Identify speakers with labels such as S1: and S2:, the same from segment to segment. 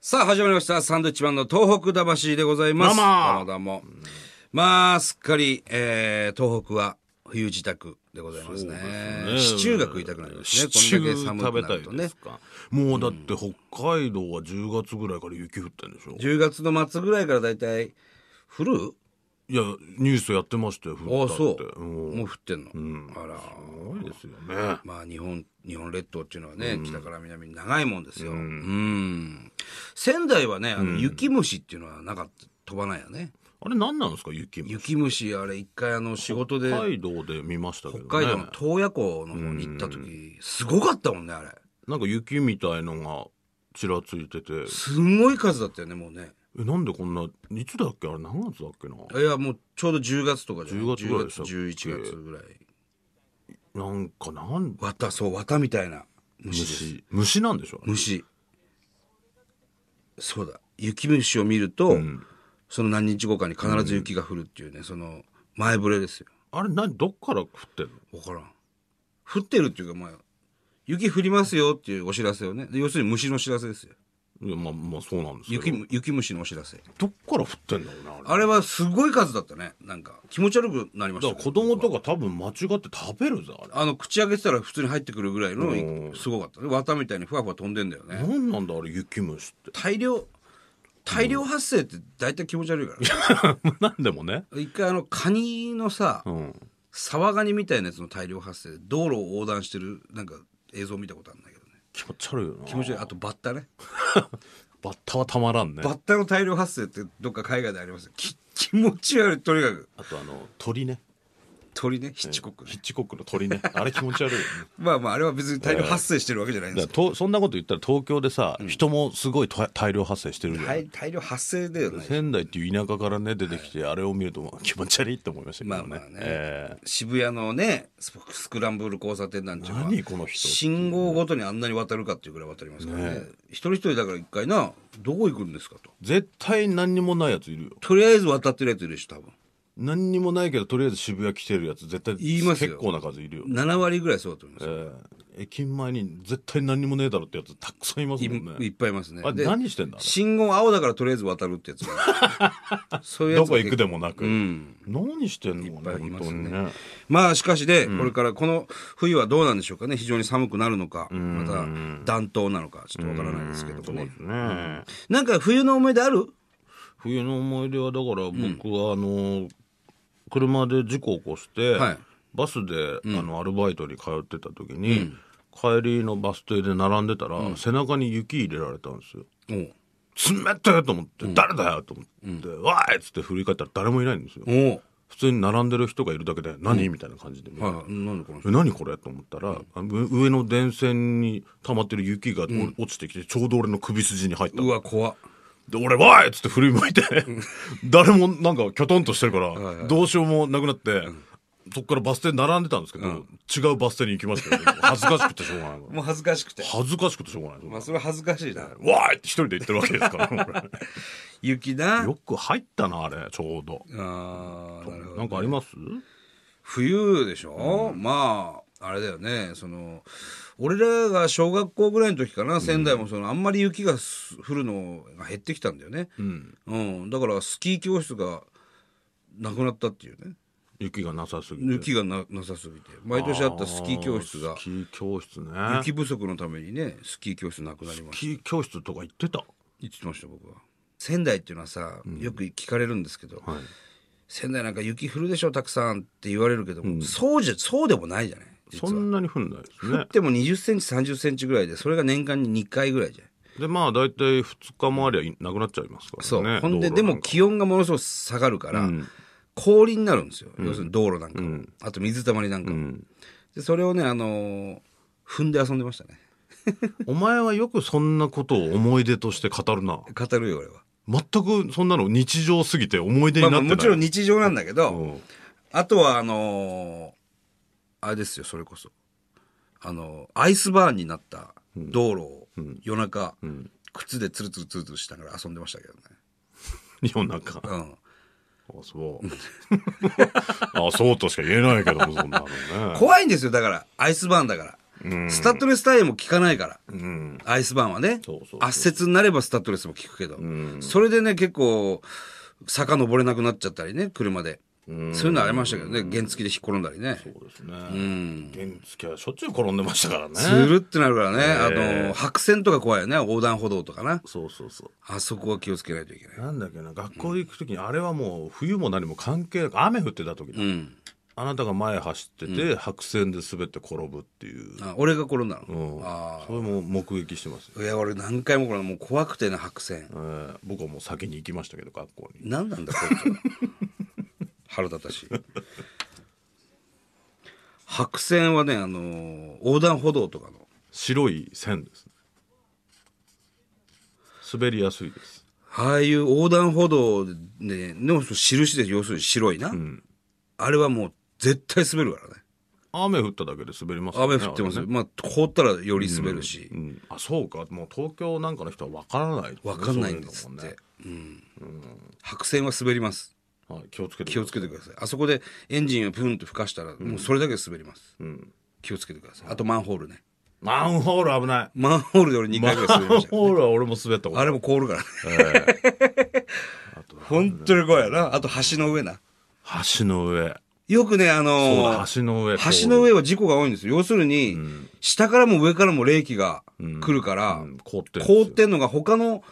S1: さあ、始まりました。サンドウィッチマンの東北魂でございます。
S2: どうも
S1: どうもどうもまあ、すっかり、えー、東北は冬自宅でございますね。シチューが食いたくなりますね。
S2: シチュー
S1: こんだけ寒
S2: 食べ
S1: く
S2: た
S1: なる
S2: い
S1: と
S2: で
S1: ね
S2: す。か。もうだって北海道は10月ぐらいから雪降ってんでしょ。
S1: 10月の末ぐらいからだいたい降る
S2: いやニュースやってましたよ。降
S1: あ
S2: っ
S1: あ、
S2: たって。
S1: そう。
S2: うん
S1: もう降ってんの。あら。
S2: すごいですよね。
S1: まあ、日本、日本列島っていうのはね、北から南に長いもんですよ。うん。仙台はね、あの、雪虫っていうのはなかった、飛ばないよね。
S2: あれ何なんですか雪も。
S1: 雪虫、あれ一回あの、仕事で、
S2: 北海道で見ましたけどね。
S1: 北海道の洞爺湖の方に行った時、すごかったもんねあれ
S2: なんか雪みたいのがちらついてて。
S1: すんごい数だったよねもうね
S2: えなんでこんないつだっけあれ何月だっけない
S1: やもうちょうど10月とかじゃない
S2: 10月ぐらいでしたっけ
S1: 10月11月ぐらい
S2: なんかなん
S1: 綿そう綿みたいな虫です
S2: 虫虫なんでしょあれ
S1: 虫そうだ雪虫を見ると、その何日後かに必ず雪が降るっていうね、その前触れですよ
S2: あれ何どっから降ってんの
S1: 分からん降ってるっていうかまあ雪降りますよっていうお知らせをねで要するに虫の知らせですよ
S2: いやまあまあそうなんですけど
S1: 雪雪虫のお知らせ
S2: どっから降ってんだろうねあれ
S1: あれはすごい数だったね。なんか気持ち悪くなりまし
S2: だ
S1: たね、
S2: から子供とか多分間違って食べるぜあれ
S1: あの口開けてたら普通に入ってくるぐらいのすごかったね。綿みたいにふわふわ飛んでんだよね。
S2: 何なんだあれ雪虫っ
S1: 大量大量発生って大体気持ち悪いからね、
S2: て 何でもね
S1: 一回あのカニのさ、
S2: うん
S1: サワガニみたいなやつの大量発生で道路を横断してるなんか映像見たことあるんだけどね。
S2: 気持ち悪いよな
S1: 気持ち悪い。あとバッタね。
S2: バッタはたまらんね
S1: バッタの大量発生ってどっか海外でありますよ。き気持ち悪いとにかく
S2: あとあの鳥ね
S1: 鳥ねヒッチコックね、
S2: ヒッチコックの鳥 ねあれ気持ち悪いよね
S1: まあまああれは別に大量発生してるわけじゃないんで
S2: だ
S1: す
S2: からとそんなこと言ったら東京でさ、人もすごいと大量発生してるじゃん、
S1: 大大量発生だよね
S2: 仙台っていう田舎からね出てきて、あれを見るとまあ気持ち悪いって思いましたけどね,、
S1: まあまあね
S2: え
S1: 渋谷のねススクランブル交差点なんていうのは
S2: 何この人
S1: 信号ごとにあんなに渡るかっていうぐらい渡りますからね一人一人だから一回などこ行くんですかと
S2: ー絶対何にもないやついるよ
S1: とりあえず渡ってるやついるでしょ多分
S2: 何にもないけどとりあえず渋谷来てるやつ絶対
S1: 言いますよ
S2: 結構な数いるよ、
S1: 7割ぐらいそうだと思います
S2: え
S1: よ、
S2: ー駅前に絶対何にもねえだろってやつたくさんいますもん
S1: いい
S2: ね
S1: っぱいいますね
S2: あ
S1: で
S2: 何してんだあれ
S1: 信号青だからとりあえず渡るってやつ そういうや
S2: ど
S1: つ
S2: こ
S1: が
S2: 行くでもなく、
S1: ん
S2: 何してんの
S1: ぱいい
S2: 本
S1: ます
S2: 当
S1: ね
S2: にね
S1: まあしかしで、これからこの冬はどうなんでしょうかね非常に寒くなるのかまた暖冬なのかちょっとわからないですけどもね
S2: ねえ
S1: なんか冬の思い出ある
S2: 冬の思い出はだから僕はあの、車で事故を起こして、
S1: はい
S2: バスで、あのアルバイトに通ってた時に、帰りのバス停で並んでたら、背中に雪入れられたんですよ。
S1: おう
S2: 冷たいと思って、誰だよと思って、わーいっつって振り返ったら誰もいないんですよ。
S1: おう
S2: 普通に並んでる人がいるだけで、何、みたいな感じで見て、
S1: はい、なんでこの人
S2: え何これと思ったら、あの上の電線に溜まってる雪が落ちてきて、ちょうど俺の首筋に入った
S1: う
S2: の
S1: わ怖っ
S2: で、俺、わーいっつって振り向いて、 誰もなんかきょとんとしてるから、どうしようもなくなって、そっからバス停並んでたんですけど、違うバス停に行きまし たよ。恥ずかしくてしょうがない。
S1: もう恥ずかしくて
S2: 恥ずかしくてしょうがない。
S1: まあそれは恥ずかしいな
S2: わーいって一人で行ってるわけですから、
S1: 雪
S2: 俺
S1: な
S2: よく入ったな、あれ、ちょうど。
S1: あーなるほど
S2: なんかあります
S1: 冬でしょ、まああれだよねその俺らが小学校ぐらいの時かな仙台もその、あんまり雪がす降るのが減ってきたんだよね、
S2: うん。
S1: うん、だからスキー教室がなくなったっていうね
S2: 雪がなさすぎて。
S1: 雪がななさすぎて毎年あったスキー教室
S2: あ
S1: が
S2: ースキー教室ね。
S1: 雪不足のためにねスキー教室なくなりました
S2: スキー教室とか行ってた。
S1: 言ってました僕は仙台っていうのはさよく聞かれるんですけど、
S2: はい
S1: 仙台なんか雪降るでしょたくさんって言われるけども、そうじゃそうでもないじゃない実
S2: そ
S1: は
S2: んなに降んないです
S1: 降
S2: ね
S1: っ。ても2 0センチ3 0センチぐらいでそれが年間に2回ぐらいじゃん
S2: で、まあ、大体2日もありゃいなくなっちゃいますからね。
S1: そう、ほんで
S2: 道
S1: で
S2: 路なんか
S1: も気温がものすごく下がるから、氷になるんですよ要するに道路なんかも、あと水たまりなんかも、でそれをねあのー踏んで遊んでましたね
S2: お前はよくそんなことを思い出として語るな。
S1: 語るよ俺は、
S2: 全くそんなの日常すぎて思い出
S1: まあ
S2: に
S1: ま
S2: な
S1: あ、
S2: ってない。
S1: もちろん日常なんだけど、
S2: うん
S1: あとはあのーあれですよそれこそあのーアイスバーンになった道路を夜中、靴でツルツルツルツルしながら遊んでましたけどね、
S2: 夜中。あ、
S1: うん、
S2: そう。 あ、そうとしか言えないけども、そんなのね。
S1: 怖いんですよだからアイスバーンだからスタッドレスタイヤも効かないから、
S2: うん。
S1: アイスバーンはね
S2: そうそうそう
S1: 圧雪になればスタッドレスも効くけど、それでね結構坂登れなくなっちゃったりね車で、そういうのありましたけどね原付で引っ転んだりね
S2: そうですね。原付はしょっちゅう転んでましたからね。
S1: つるってなるからね、あの白線とか怖いよね横断歩道とかな
S2: そうそうそう。
S1: あそこは気をつけないといけない
S2: なんだっけな、学校行くときに、あれはもう冬も何も関係なく、雨降ってたとき、
S1: うん
S2: あなたが前走ってて、白線で滑って転ぶっていう。
S1: あ俺が転んだの、
S2: うん
S1: あ
S2: それも目撃してますよ。
S1: あいや俺何回もこれもう怖くてね白線
S2: えー僕はもう先に行きましたけど、学校に。
S1: 何なんだこいつ は腹立たしい白線はねあのー横断歩道とかの
S2: 白い線です、ね。滑りやすいです。
S1: ああいう横断歩道で、ね、の印で要するに白いな、あれはもう絶対滑るからね
S2: 雨降っただけで滑りますよね
S1: 雨降ってます
S2: あ
S1: よ、
S2: れね
S1: まあ凍ったらより滑るし
S2: う、ん、あそうかもう東京なんかの人は分からないですね、
S1: わかんないんです
S2: そう
S1: っ
S2: うの
S1: て
S2: もね
S1: うん白線は滑ります
S2: はい、気をつけて
S1: 気をつけてくださいあそこでエンジンをプンと吹かしたら、もうそれだけで滑ります、
S2: ん
S1: 気をつけてくださいあとマンホールね
S2: マンホール危ない
S1: マンホールで俺2回ぐらい 滑り
S2: マ
S1: ま
S2: ン
S1: した
S2: ホールは俺も滑ったこと
S1: あ
S2: ある
S1: れも凍るからね
S2: あと
S1: 本当に怖いよなあと橋の上な
S2: 橋の上
S1: よくねあ
S2: そう
S1: の
S2: だ橋の上
S1: 橋の上は事故が多いんですよ要するに、下からも上からも冷気が来るから、
S2: うん凍ってるんですよ
S1: 凍ってんのが他の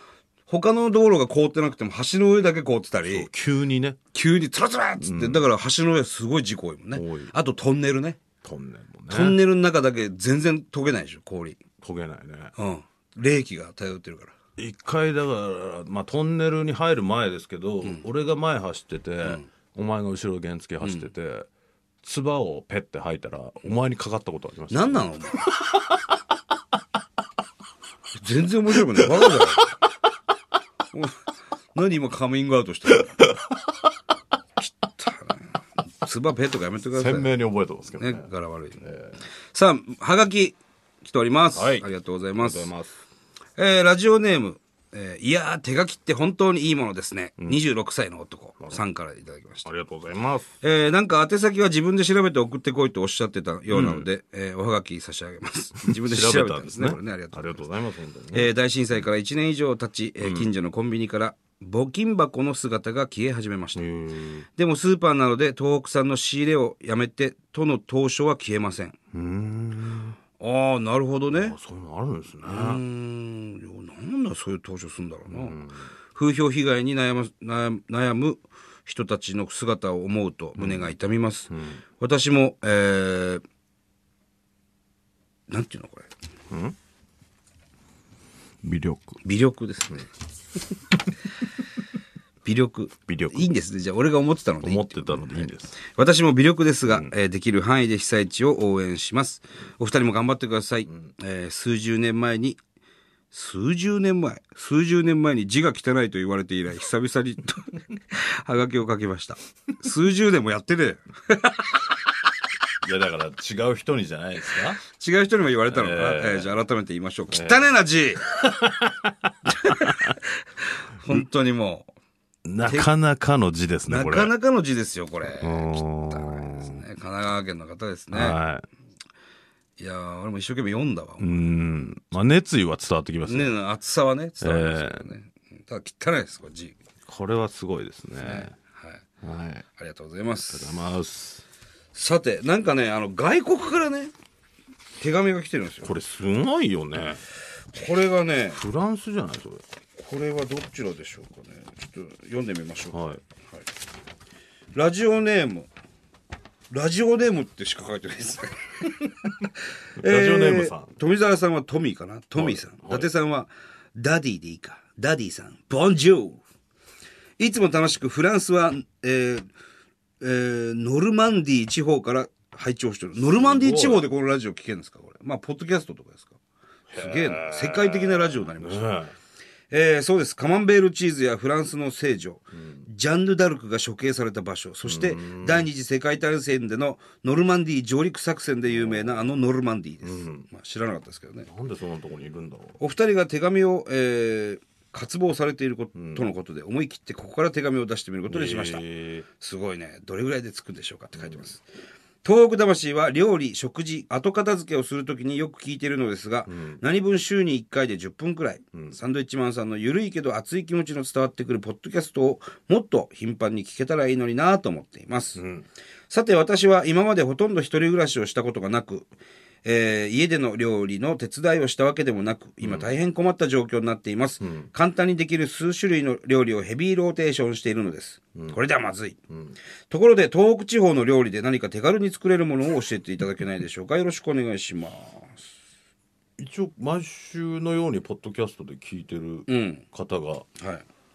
S1: 他の道路が凍ってなくても橋の上だけ凍ってた
S2: そう
S1: り
S2: 急にね
S1: 急につらつらっつって、だから橋の上はすごい事故多いもん
S2: 多い
S1: ねあとトンネルね
S2: トンネルもね
S1: トンネルの中だけ全然溶けないでしょ氷
S2: 焦げないね
S1: うん冷気が漂ってるから
S2: 一回だから、まあ、トンネルに入る前ですけど、俺が前走ってて、お前が後ろ原付走ってて、唾をペッて吐いたらお前にかかったことありました
S1: 何なのお前 全然面白くないバカだよお何今カミングアウトしてるつばペッとかやめてください
S2: 鮮明に覚えてますけどね
S1: ね柄悪い、さあはがき来ております、
S2: はい
S1: ありがとうございます
S2: ありがとうございます
S1: えーラジオネーム、えーいやー手書きって本当にいいものですね、26歳の男さんからいただきました
S2: ありがとうございます
S1: えーなんか宛先は自分で調べて送ってこいとおっしゃってたようなので、えーおはがき差し上げ ます。自分で調べたんですね。これね、ありがとうございます。
S2: うございます。本当にね
S1: えー大震災から1年以上経ち、えー近所のコンビニから募金箱の姿が消え始めました、でもスーパーなどで東北産の仕入れをやめてとの当初は消えませんああなるほどね
S2: あそういうのあるんですね。
S1: うーんいやなんだそういう投資するんだろうな、風評被害に悩む悩悩む人たちの姿を思うと胸が痛みます、私も、えー、なんていうのこれ
S2: 魅力。
S1: 微力です ね微力
S2: 微力
S1: いいんですねじゃあ俺が思ってたのでいい
S2: 思ってたのでいいんです。
S1: 私も微力ですが、えーできる範囲で被災地を応援します。お二人も頑張ってください。えー数十年前に、数十年前数十年前に字が汚いと言われて以来、久々に と、はがきを書きました。数十年もやってねえよ
S2: いやだから違う人にじゃないですか。
S1: 違う人にも言われたのかな、えーじゃあ改めて言いましょう。汚ねえな 字本当にも
S2: なかなかの字です
S1: う、
S2: ね
S1: な
S2: これ。
S1: かなかの字ですよ、これ。
S2: うーん
S1: ですね神奈川県の方ですね。、
S2: はい
S1: やー俺も一生懸命読んだわ。
S2: い。うん。まあ熱意は伝わってきますね。
S1: ね厚さはね伝わりますけどね、ただ汚いですこれ字
S2: これはすごいですね。
S1: はい
S2: はい。ありが
S1: ありがとうございま
S2: とうご
S1: す
S2: ざいます。
S1: さてなんかねあの外国からね手紙が来てるんですよ
S2: これすごいよね。
S1: これがね
S2: フランスじゃないそれ。
S1: これはどちらでしょうかねちょっと読んでみましょうか、
S2: はい。
S1: ラジオネームラジオネームってしか書いてないですね
S2: ラジオネームさん
S1: えー富澤さんはトミーかなトミーさん、
S2: はいはい
S1: 伊達さんはダディでいいかダディさんボンジューいつも楽しくフランスは、えーえーノルマンディー地方から拝聴してるノルマンディー地方でこのラジオ聞けるんですかこれまあポッドキャストとかですかすげえな世界的なラジオになりました
S2: ね
S1: えーそうですカマンベールチーズやフランスの聖女、ジャンヌ・ダルクが処刑された場所そして第二次世界大戦でのノルマンディー上陸作戦で有名なあのノルマンディーです、まあ、知らなかったですけどね
S2: え。なんでそんなとこにいるんだろう。
S1: お二人が手紙を、えー渇望されていること,、とのことで思い切ってここから手紙を出してみることにしました、
S2: えー
S1: すごいねどれぐらいでつくんでしょうかって書いてます、東北魂は料理、食事、後片付けをするときによく聞いているのですが、何分週に1回で10分くらい、サンドイッチマンさんの緩いけど熱い気持ちの伝わってくるポッドキャストをもっと頻繁に聞けたらいいのになぁと思っています。さて私は今までほとんど一人暮らしをしたことがなく、えー家での料理の手伝いをしたわけでもなく今大変困った状況になっています、簡単にできる数種類の料理をヘビーローテーションしているのです、これではまずい、ところで東北地方の料理で何か手軽に作れるものを教えていただけないでしょうかよろしくお願いします
S2: 一応毎週のようにポッドキャストで聞いてる方が
S1: は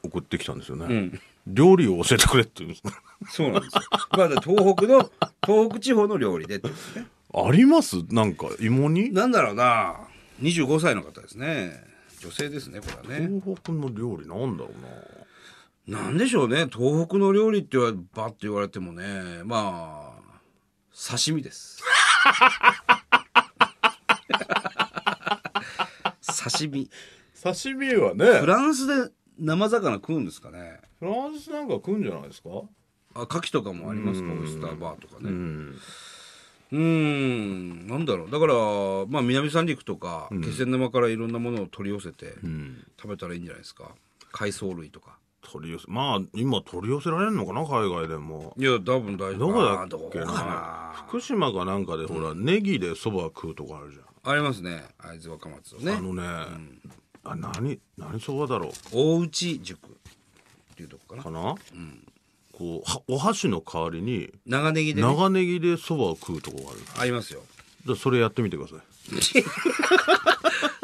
S1: い
S2: 送ってきたんですよね、料理を教えてくれって言うんですか
S1: そうなんですよまあだから東北の東北地方の料理でってことですね
S2: ありますなんか芋煮
S1: なんだろうな25歳の方ですね女性ですねこれはね
S2: 東北の料理なんだろうな
S1: なんでしょうね東北の料理って言われバッて言われてもねまあ刺身です 刺身
S2: 刺身はね
S1: フランスで生魚食うんですかね
S2: フランスなんか食うんじゃないですか
S1: あ牡蠣とかもありますか
S2: う
S1: オ
S2: ん
S1: イスターバーとか
S2: う
S1: ね
S2: ん
S1: うんんなんだろうだからまあ南三陸とか気仙沼からいろんなものを取り寄せて
S2: うん
S1: 食べたらいいんじゃないですか海藻類とか
S2: 取り寄せまあ今取り寄せられるのかな海外でも
S1: いや多分大丈
S2: ど
S1: 夫
S2: こだっ
S1: どう
S2: け
S1: か
S2: な
S1: な
S2: 福島かなんかでほら、ネギでそば食うとこあるじゃん
S1: ありますね会津若松を
S2: あ
S1: ね
S2: のね、あ何何そばだろ
S1: 大内塾っていうとこか
S2: う
S1: な
S2: かな、こうはお箸の代わりに
S1: 長ネギでね、
S2: 長ネギでそばを食うとこがある
S1: ありますよ
S2: じゃあそれやってみてください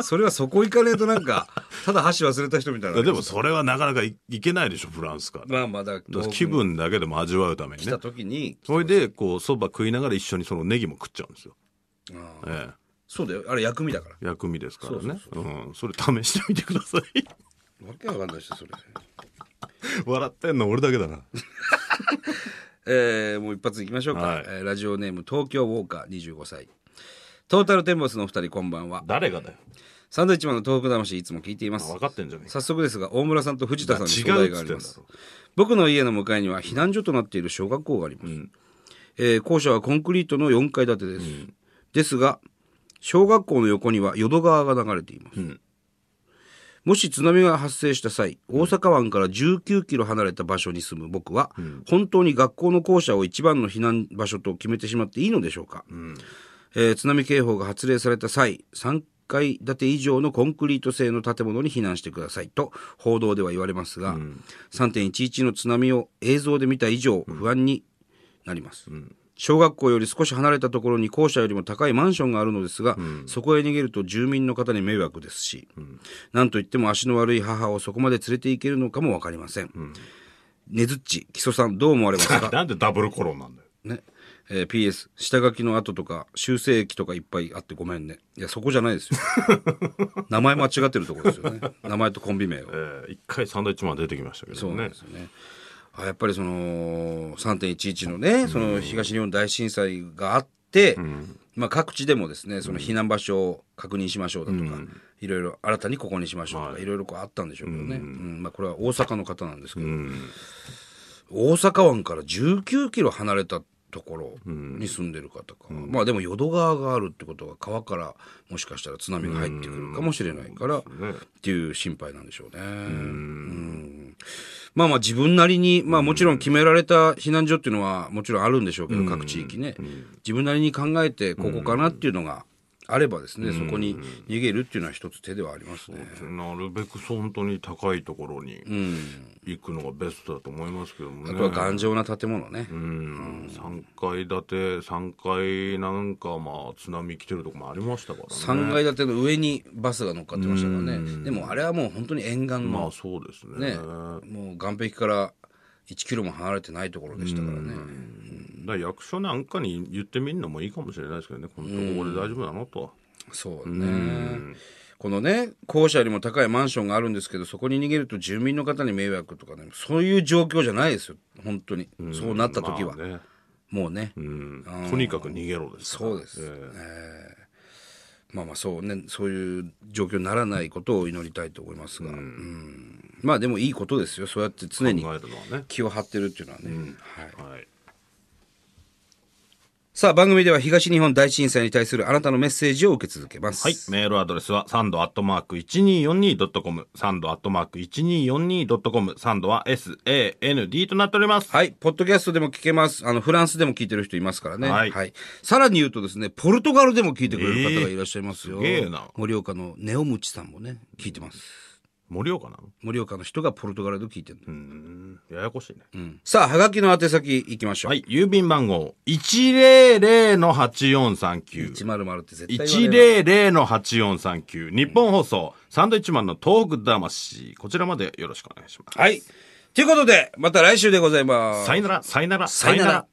S1: それはそこ行かねえとなんかただ箸忘れた人みたい
S2: い
S1: な
S2: やでもそれはなかなかいいけないでしょフランスからだ
S1: まあまあだ
S2: から気分だけでも味わうために
S1: 来
S2: ね
S1: た時に、
S2: それでこうそば食いながら一緒にそのネギも食っちゃうんですよ、
S1: あー
S2: え
S1: そうだよあれ薬味だから
S2: え、薬味ですからね
S1: そう
S2: うんそれ試してみてくだ さい
S1: わけわかんないしそれ
S2: 笑ってんの俺だけだな
S1: えーもう一発いきましょうか、
S2: はい
S1: えーラジオネーム東京ウォーカー25歳トータルテンボスのお二人こんばんは
S2: 誰がだよ
S1: サンドイッチマンの東北魂いつも聞いています
S2: 分かってんじゃねえか
S1: 早速ですが大村さんと藤田さんに
S2: 違
S1: 相談
S2: うっ
S1: が
S2: つ
S1: あ
S2: っ
S1: り
S2: てん
S1: ま
S2: だ
S1: す
S2: ろ
S1: 僕の家の向かいには避難所となっている小学校があります、えー校舎はコンクリートの4階建てです、ですが小学校の横には淀川が流れています、もし津波が発生した際大阪湾から19キロ離れた場所に住む僕は、本当に学校の校舎を一番の避難場所と決めてしまっていいのでしょうか、えー津波警報が発令された際3階建て以上のコンクリート製の建物に避難してくださいと報道では言われますが、3.11の津波を映像で見た以上不安になります、小学校より少し離れたところに校舎よりも高いマンションがあるのですが、そこへ逃げると住民の方に迷惑ですし、なんといっても足の悪い母をそこまで連れて行けるのかも分かりません、ねずっち木曽さんどう思われますか
S2: なんでダブルコロンなんだよ
S1: ね。えー PS、下書きの後とか、修正液とかいっぱいあってごめんね。いや、そこじゃない ですよ。名前間違ってるところですよね。名前とコンビ名を
S2: え。ー一回サンドイッチマン出てきましたけ
S1: そ
S2: ど
S1: うなん
S2: ね
S1: ですよね。あやっぱりその、3.11のね、その東日本大震災があって、まあ各地でもですね、その避難場所を確認しましょうだとか、いろいろ新たにここにしましょうとか、いろいろこうあったんでしょうけどね。うんまあこれは大阪の方なんですけど、大阪湾から19キロ離れたところに住んでる方か、まあでも淀川があるってことは川からもしかしたら津波が入ってくるかもしれないからっていう心配なんでしょうね。うんまあまあ自分なりに、まあもちろん決められた避難所っていうのはもちろんあるんでしょうけど、各地域ね。自分なりに考えてここかなっていうのがあればですね、そこに逃げるっていうのは一つ手ではありますね。
S2: なるべく本当に高いところに行くのがベストだと思いますけどもね
S1: あとは頑丈な建物ね。
S2: うん、3階建て3階なんかまあ津波来てるとこもありましたからね
S1: 3階建ての上にバスが乗っかってましたからね。でもあれはもう本当に沿岸
S2: ま
S1: の
S2: あそうですね
S1: ね、もう岸壁から1キロも離れてないところでしたからね。
S2: だから役所なんかに言ってみるのもいいかもしれないですけどねこのとここで大丈夫なのと
S1: そうね。このね、校舎よりも高いマンションがあるんですけど、そこに逃げると住民の方に迷惑とかね、そういう状況じゃないですよ。本当に。そうなった時は。
S2: まあね
S1: もうね。
S2: うん、とにかく逃げろですから
S1: そうです。ええまあまあそうね、そういう状況にならないことを祈りたいと思いますが。うんまあでもいいことですよ。そうやって常に
S2: 考えるのはね
S1: 気を張ってるっていうのはね。はい
S2: はい
S1: さあ番組では東日本大震災に対するあなたのメッセージを受け続けます
S2: はい。メールアドレスはサンドアットマーク 1242.com、サンドアットマーク 1242.com、サンドは SAND となっております。
S1: はい。ポッドキャストでも聞けます。あの、フランスでも聞いてる人いますからね。は。
S2: はいい
S1: さらに言うとですね、ポルトガルでも聞いてくれる方がいらっしゃいますよ。
S2: えーすげえな
S1: 盛岡のネオムチさんもね、聞いてます。
S2: 盛岡なの
S1: 盛岡の人がポルトガルで聞いてる、
S2: うーん、ややこしいね。
S1: うんさあ、はがきの宛先行きましょう。
S2: はい。郵便番号100-8439。
S1: 100って絶対言われる
S2: 100-8439。日本放送、サンドイッチマンの東北魂。こちらまでよろしくお願いします。
S1: はい。ということで、また来週でございます。
S2: さよなら、さよなら、
S1: さよなら。